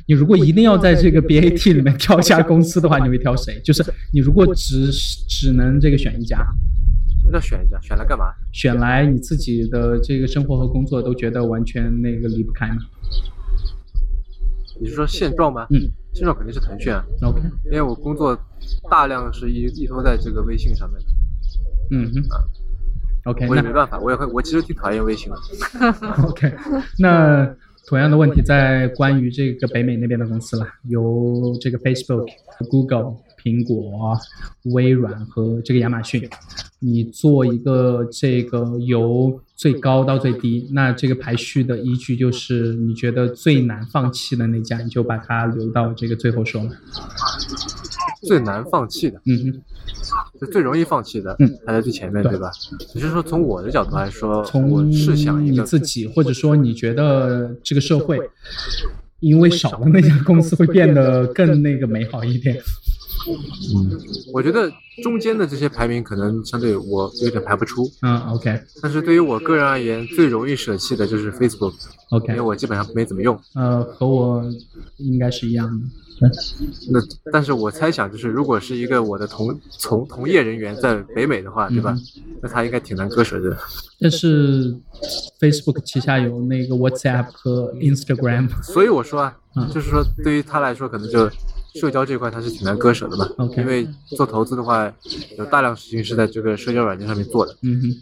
S2: 你如果一定要在这个 BAT 里面挑一家公司的话，你会挑谁？就是你如果只只能这个选一家，
S1: 那选一下，选来干嘛？
S2: 选来你自己的这个生活和工作都觉得完全那个离不开嘛。
S1: 你是说现状吗？
S2: 嗯
S1: 现状肯定是腾讯啊。
S2: ，OK，
S1: 因为我工作大量是依依托在这个微信上面的，
S2: 嗯哼，OK，
S1: 我也没
S2: 哎那
S1: 办法，我也会，我其实挺讨厌微信的。
S2: <laughs> OK，那同样的问题在关于这个北美那边的公司啦，由这个 Facebook、Google、苹果、微软和这个亚马逊，你做一个这个由最高到最低，那这个排序的依据就是你觉得最难放弃的那家，你就把它留到这个最后说嘛。
S1: 最难放弃的，
S2: 嗯哼，
S1: 就最容易放弃的
S2: 嗯，
S1: 排在最前面，
S2: 对
S1: 对吧？你是说从我的角度来说，我
S2: 从
S1: 是想一
S2: 你
S1: 个
S2: 自己，或者说你觉得这个社会，因为少了那家公司会变得更那个美好一点。
S1: 我觉得中间的这些排名可能相对我有点排不出，
S2: 嗯，OK
S1: 但是对于我个人而言，最容易舍弃的就是 Facebook，因
S2: OK，
S1: 为我基本上没怎么用。
S2: 呃，和我应该是一样的。
S1: 那但是我猜想就是，如果是一个我的同从同业人员在北美的话，对
S2: 嗯
S1: 吧？那他应该挺难割舍的。
S2: 但是 Facebook 旗下有那个 WhatsApp 和 Instagram。
S1: 所以我说啊
S2: 嗯，
S1: 就是说对于他来说，可能就社交这块他是挺难割舍的嘛。
S2: OK
S1: 因为做投资的话，有大量事情是在这个社交软件上面做的。
S2: 嗯哼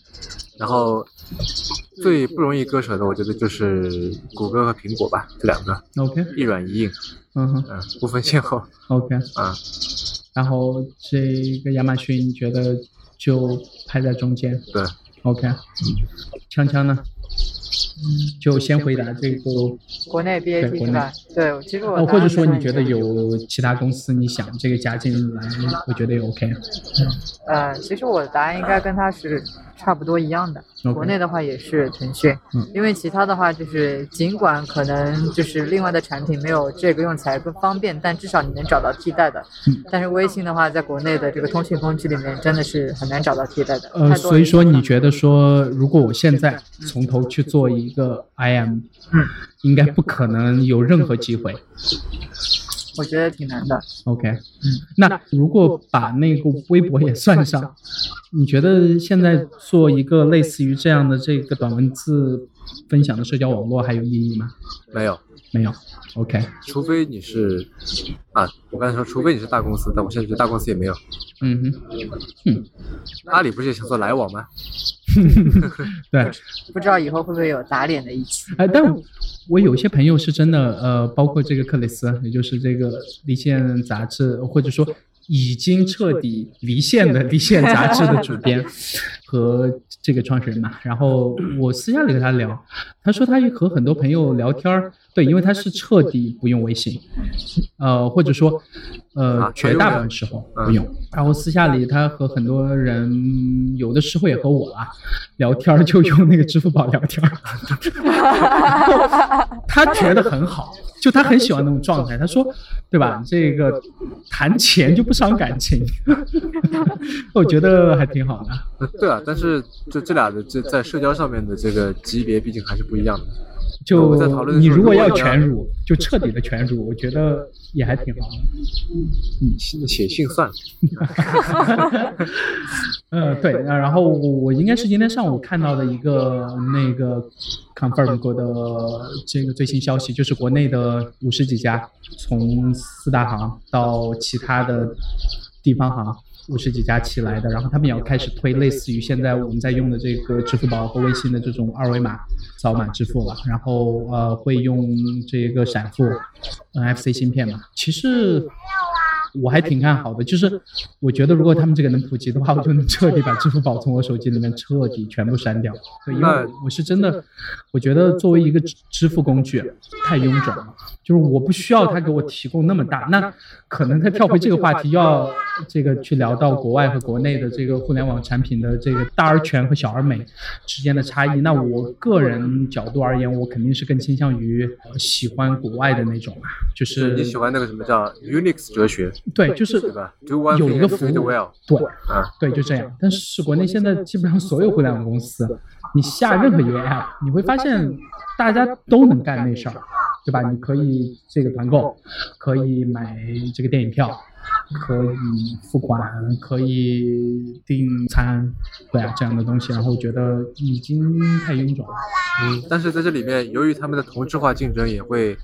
S1: 然后最不容易割舍的，我觉得就是谷歌和苹果吧，这两个
S2: ，OK，
S1: 一软一硬，
S2: 嗯哼
S1: 嗯，不分先后
S2: ，OK。
S1: 啊。
S2: 然后这个亚马逊，你觉得就排在中间
S1: 对，
S2: ？OK，锵锵呢？就先回答这个，
S3: 国内
S2: 对
S3: BAT
S2: 国
S3: 是
S2: 内
S3: 吧？对，其实我
S2: 哦，或
S3: 答
S2: 者
S3: 案
S2: 说
S3: 跟
S2: 你觉得
S3: 一样
S2: 有其他公司你想这个加进来，我觉得也 OK。
S3: 呃，其实我的答案应该跟他是差不多一样的。
S2: OK
S3: 国内的话也是腾讯，
S2: 嗯
S3: 因为其他的话就是尽管可能就是另外的产品没有这个用起来更方便，但至少你能找到替代的。
S2: 嗯
S3: 但是微信的话，在国内的这个通讯工具里面真的是很难找到替代的。
S2: 呃，
S3: 太多
S2: 所以
S3: 人
S2: 说
S3: 用
S2: 你
S3: 了
S2: 觉得说，如果我嗯现在从头去做一个 IM，
S3: 嗯
S2: 应该不可能有任何机会。
S3: 我觉得挺难的。
S2: OK，那如果把那个微博也算上，你觉得现在做一个类似于这样的这个短文字分享的社交网络还有意义吗？
S1: 没有，
S2: 没有。OK，
S1: 除非你是啊，我刚才说，除非你是大公司，但我现在觉得大公司也没有。
S2: 嗯哼，
S1: 阿里不是也想做来往吗？ <laughs>
S2: 对。
S3: 不知道以后会不会有打脸的一期？
S2: 哎，但我有些朋友是真的，呃，包括这个克里斯，啊也就是这个《离线》杂志，或者说已经彻底离线的《离线》杂志的主编和这个创始人嘛。然后我私下里跟他聊，他说他和很多朋友聊天儿，对，因为他是彻底不用微信，呃，或者说，呃
S1: 啊，
S2: 绝大部分时候不用。然后私下里他和很多人，有的时候也和我啊聊天儿，就用那个支付宝聊天儿。他觉得很好，就他很喜欢那种状态。他说，对吧？这个谈钱就不伤感 <laughs> 情，我觉得还挺好的。
S1: 呃对啊，但是这这俩的这在社交上面的这个级别，毕竟还是不一样的。
S2: 就
S1: 我在讨论的
S2: 你
S1: 时候
S2: 如果
S1: 如果
S2: 要
S1: 要
S2: 全乳，就彻底的全乳，我觉得也还挺好的。嗯
S1: 你写写信算了，
S2: 呃，对，呃然后我我应该是今天上午看到的一个那个 confirm 过的这个最新消息，就是国内的五十几家，从四大行到其他的地方行。五十几家起来的，然后他们也要开始推类似于现在我们在用的这个支付宝和微信的这种二维码扫码支付了，然后呃会用这个闪付 NFC 芯片嘛，其实我还挺看好的，就是我觉得如果他们这个能普及的话，我就能彻底把支付宝从我手机里面彻底全部删掉。对，因为
S1: 那
S2: 我是真的，我觉得作为一个支支付工具太臃肿了，就是我不需要它给我提供那么大。那可能再跳回这个话题，要这个去聊到国外和国内的这个互联网产品的这个大而全和小而美之间的差异。那我个人角度而言，我肯定是更倾向于呃喜欢国外的那种啊，就是
S1: 你喜欢那个什么叫 Unix 哲学，
S2: 对，就是
S1: 对吧？Do one
S2: 有
S1: thing
S2: 一个
S1: and
S2: 服
S1: do it
S2: 务
S1: well
S2: 对
S1: 啊，
S2: 对，就这样。但是国内现在基本上所有互联网公司，你下任何一个 app，你会发现大家都能干那事儿，对吧？你可以这个团购，可以买这个电影票，可以付款，可以订餐，对啊，这样的东西。然后我觉得已经太臃肿了。
S1: 嗯，但是在这里面，由于他们的同质化竞争，也会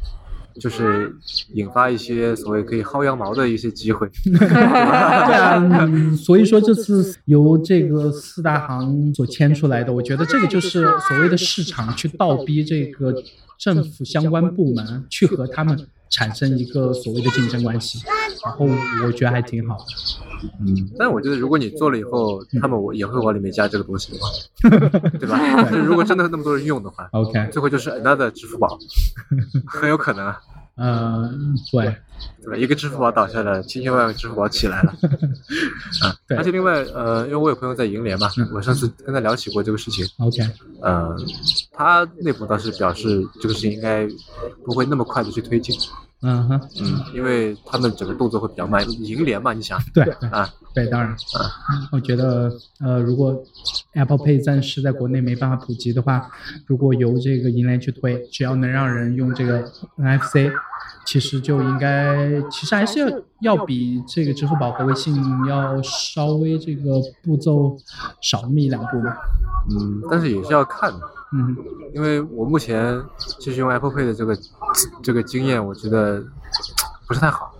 S1: 就是引发一些所谓可以薅羊毛的一些机会。
S2: 对啊，嗯所以说这次由这个四大行所牵出来的，我觉得这个就是所谓的市场去倒逼这个政府相关部门去和他们产生一个所谓的竞争关系，然后我觉得还挺好的。
S1: 嗯，但我觉得如果你做了以后，他们我也会往里面加这个东西的话，对吧？就是如果真的那么多人用的话，
S2: OK，
S1: 最后就是 another 支付宝，很有可能啊，
S2: 呃，对，
S1: 对吧？一个支付宝倒下了，千千万个支付宝起来了，啊！
S2: 对
S1: 而且另外，呃，因为我有朋友在银联嘛，我上次跟他聊起过这个事情，
S2: ，OK，
S1: 呃，他内部倒是表示这个事情应该不会那么快的去推进，
S2: 嗯哼，
S1: 嗯，因为他们整个动作会比较慢，银联嘛，你想
S2: 对对
S1: 啊，
S2: 对，当然，我觉得呃，如果 Apple Pay 暂时在国内没办法普及的话，如果由这个银联去推，只要能让人用这个 NFC，其实就应该，其实还是要要比这个支付宝和微信要稍微这个步骤少那么一两步吧。
S1: 嗯，但是也是要看的。
S2: 嗯，
S1: 因为我目前就是用 Apple Pay 的这个这个经验，我觉得不是太好。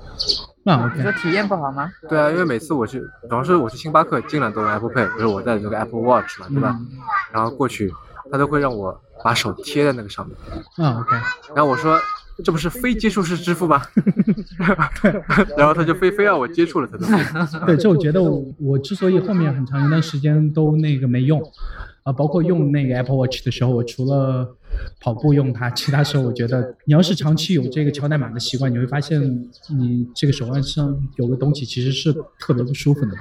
S2: 那
S3: 你说
S2: 啊 OK，
S3: 体验不好吗？
S1: 对啊，因为每次我去，比方说我去星巴克，尽量都用 Apple Pay，比如我带着这个 Apple Watch 嘛，对吧？
S2: 嗯，
S1: 然后过去，他都会让我把手贴在那个上面，
S2: 啊 OK，
S1: 然后我说。这不是非接触式支付吗？ <laughs> 然后他就非非要我接触了才能。
S2: 对，啊这我觉得我我之所以后面很长一段时间都那个没用，啊，包括用那个 Apple Watch 的时候，我除了跑步用它，其他时候我觉得你要是长期有这个敲代码的习惯，你会发现你这个手腕上有个东西其实是特别不舒服的。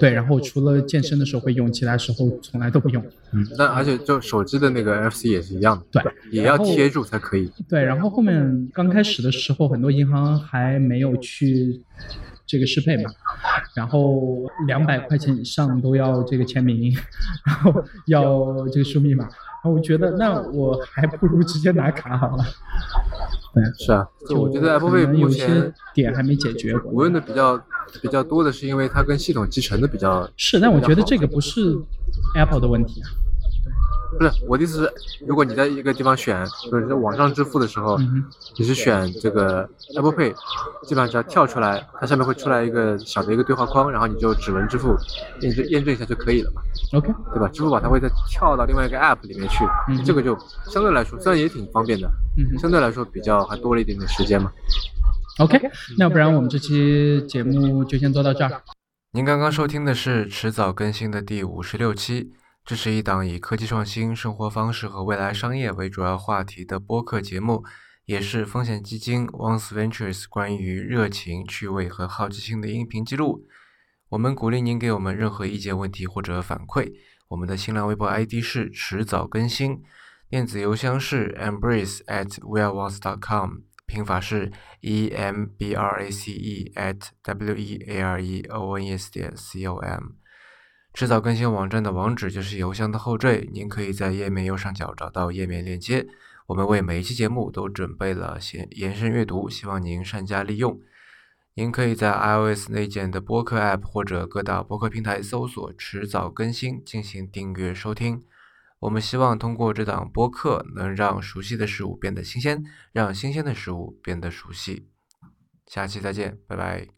S2: 对，然后我除了健身的时候会用，其他时候从来都不用。
S1: 嗯那而且就手机的那个 NFC 也是一样的，
S2: 对，
S1: 也要
S2: 然后
S1: 贴住才可以。
S2: 对，然后后面刚开始的时候，很多银行还没有去这个适配嘛，然后两百块钱以上都要这个签名，然后要这个输密码。后我觉得那我还不如直接拿卡好了。对，
S1: 是啊，就我觉得
S2: 可
S1: Apple Pay
S2: 能
S1: 目
S2: 有些
S1: 前
S2: 点还没解决。
S1: 我用的比较比较多的是因为它跟系统集成的比较
S2: 是，但我觉得这个不是 Apple 的问题啊。
S1: 不是我的意思是，如果你在一个地方选，就是在网上支付的时候，
S2: 嗯哼，
S1: 你是选这个 Apple Pay，基本上只要跳出来，它下面会出来一个小的一个对话框，然后你就指纹支付，验证验证一下就可以了嘛，
S2: OK，
S1: 对吧？支付宝它会再跳到另外一个 App 里面去
S2: 嗯，
S1: 这个就相对来说虽然也挺方便的，
S2: 嗯哼
S1: 相对来说比较还多了一点点时间嘛。
S2: ，OK，那不然我们这期节目就先做到这儿。
S1: 您刚刚收听的是迟早更新的第五十六期，这是一档以科技创新、生活方式和未来商业为主要话题的播客节目，也是风险基金 Once Ventures 关于热情、趣味和好奇心的音频记录。我们鼓励您给我们任何意见、问题或者反馈。我们的新浪微博 ID 是迟早更新，电子邮箱是 embrace at weareonce.com，拼法是 e m b r a c e at w e a r e o n e s 点 c o m。迟早更新网站的网址就是邮箱的后缀，您可以在页面右上角找到页面链接。我们为每一期节目都准备了延延伸阅读，希望您善加利用。您可以在 iOS 内建的播客 App 或者各大播客平台搜索“迟早更新”进行订阅收听。我们希望通过这档播客，能让熟悉的事物变得新鲜，让新鲜的事物变得熟悉。下期再见，拜拜。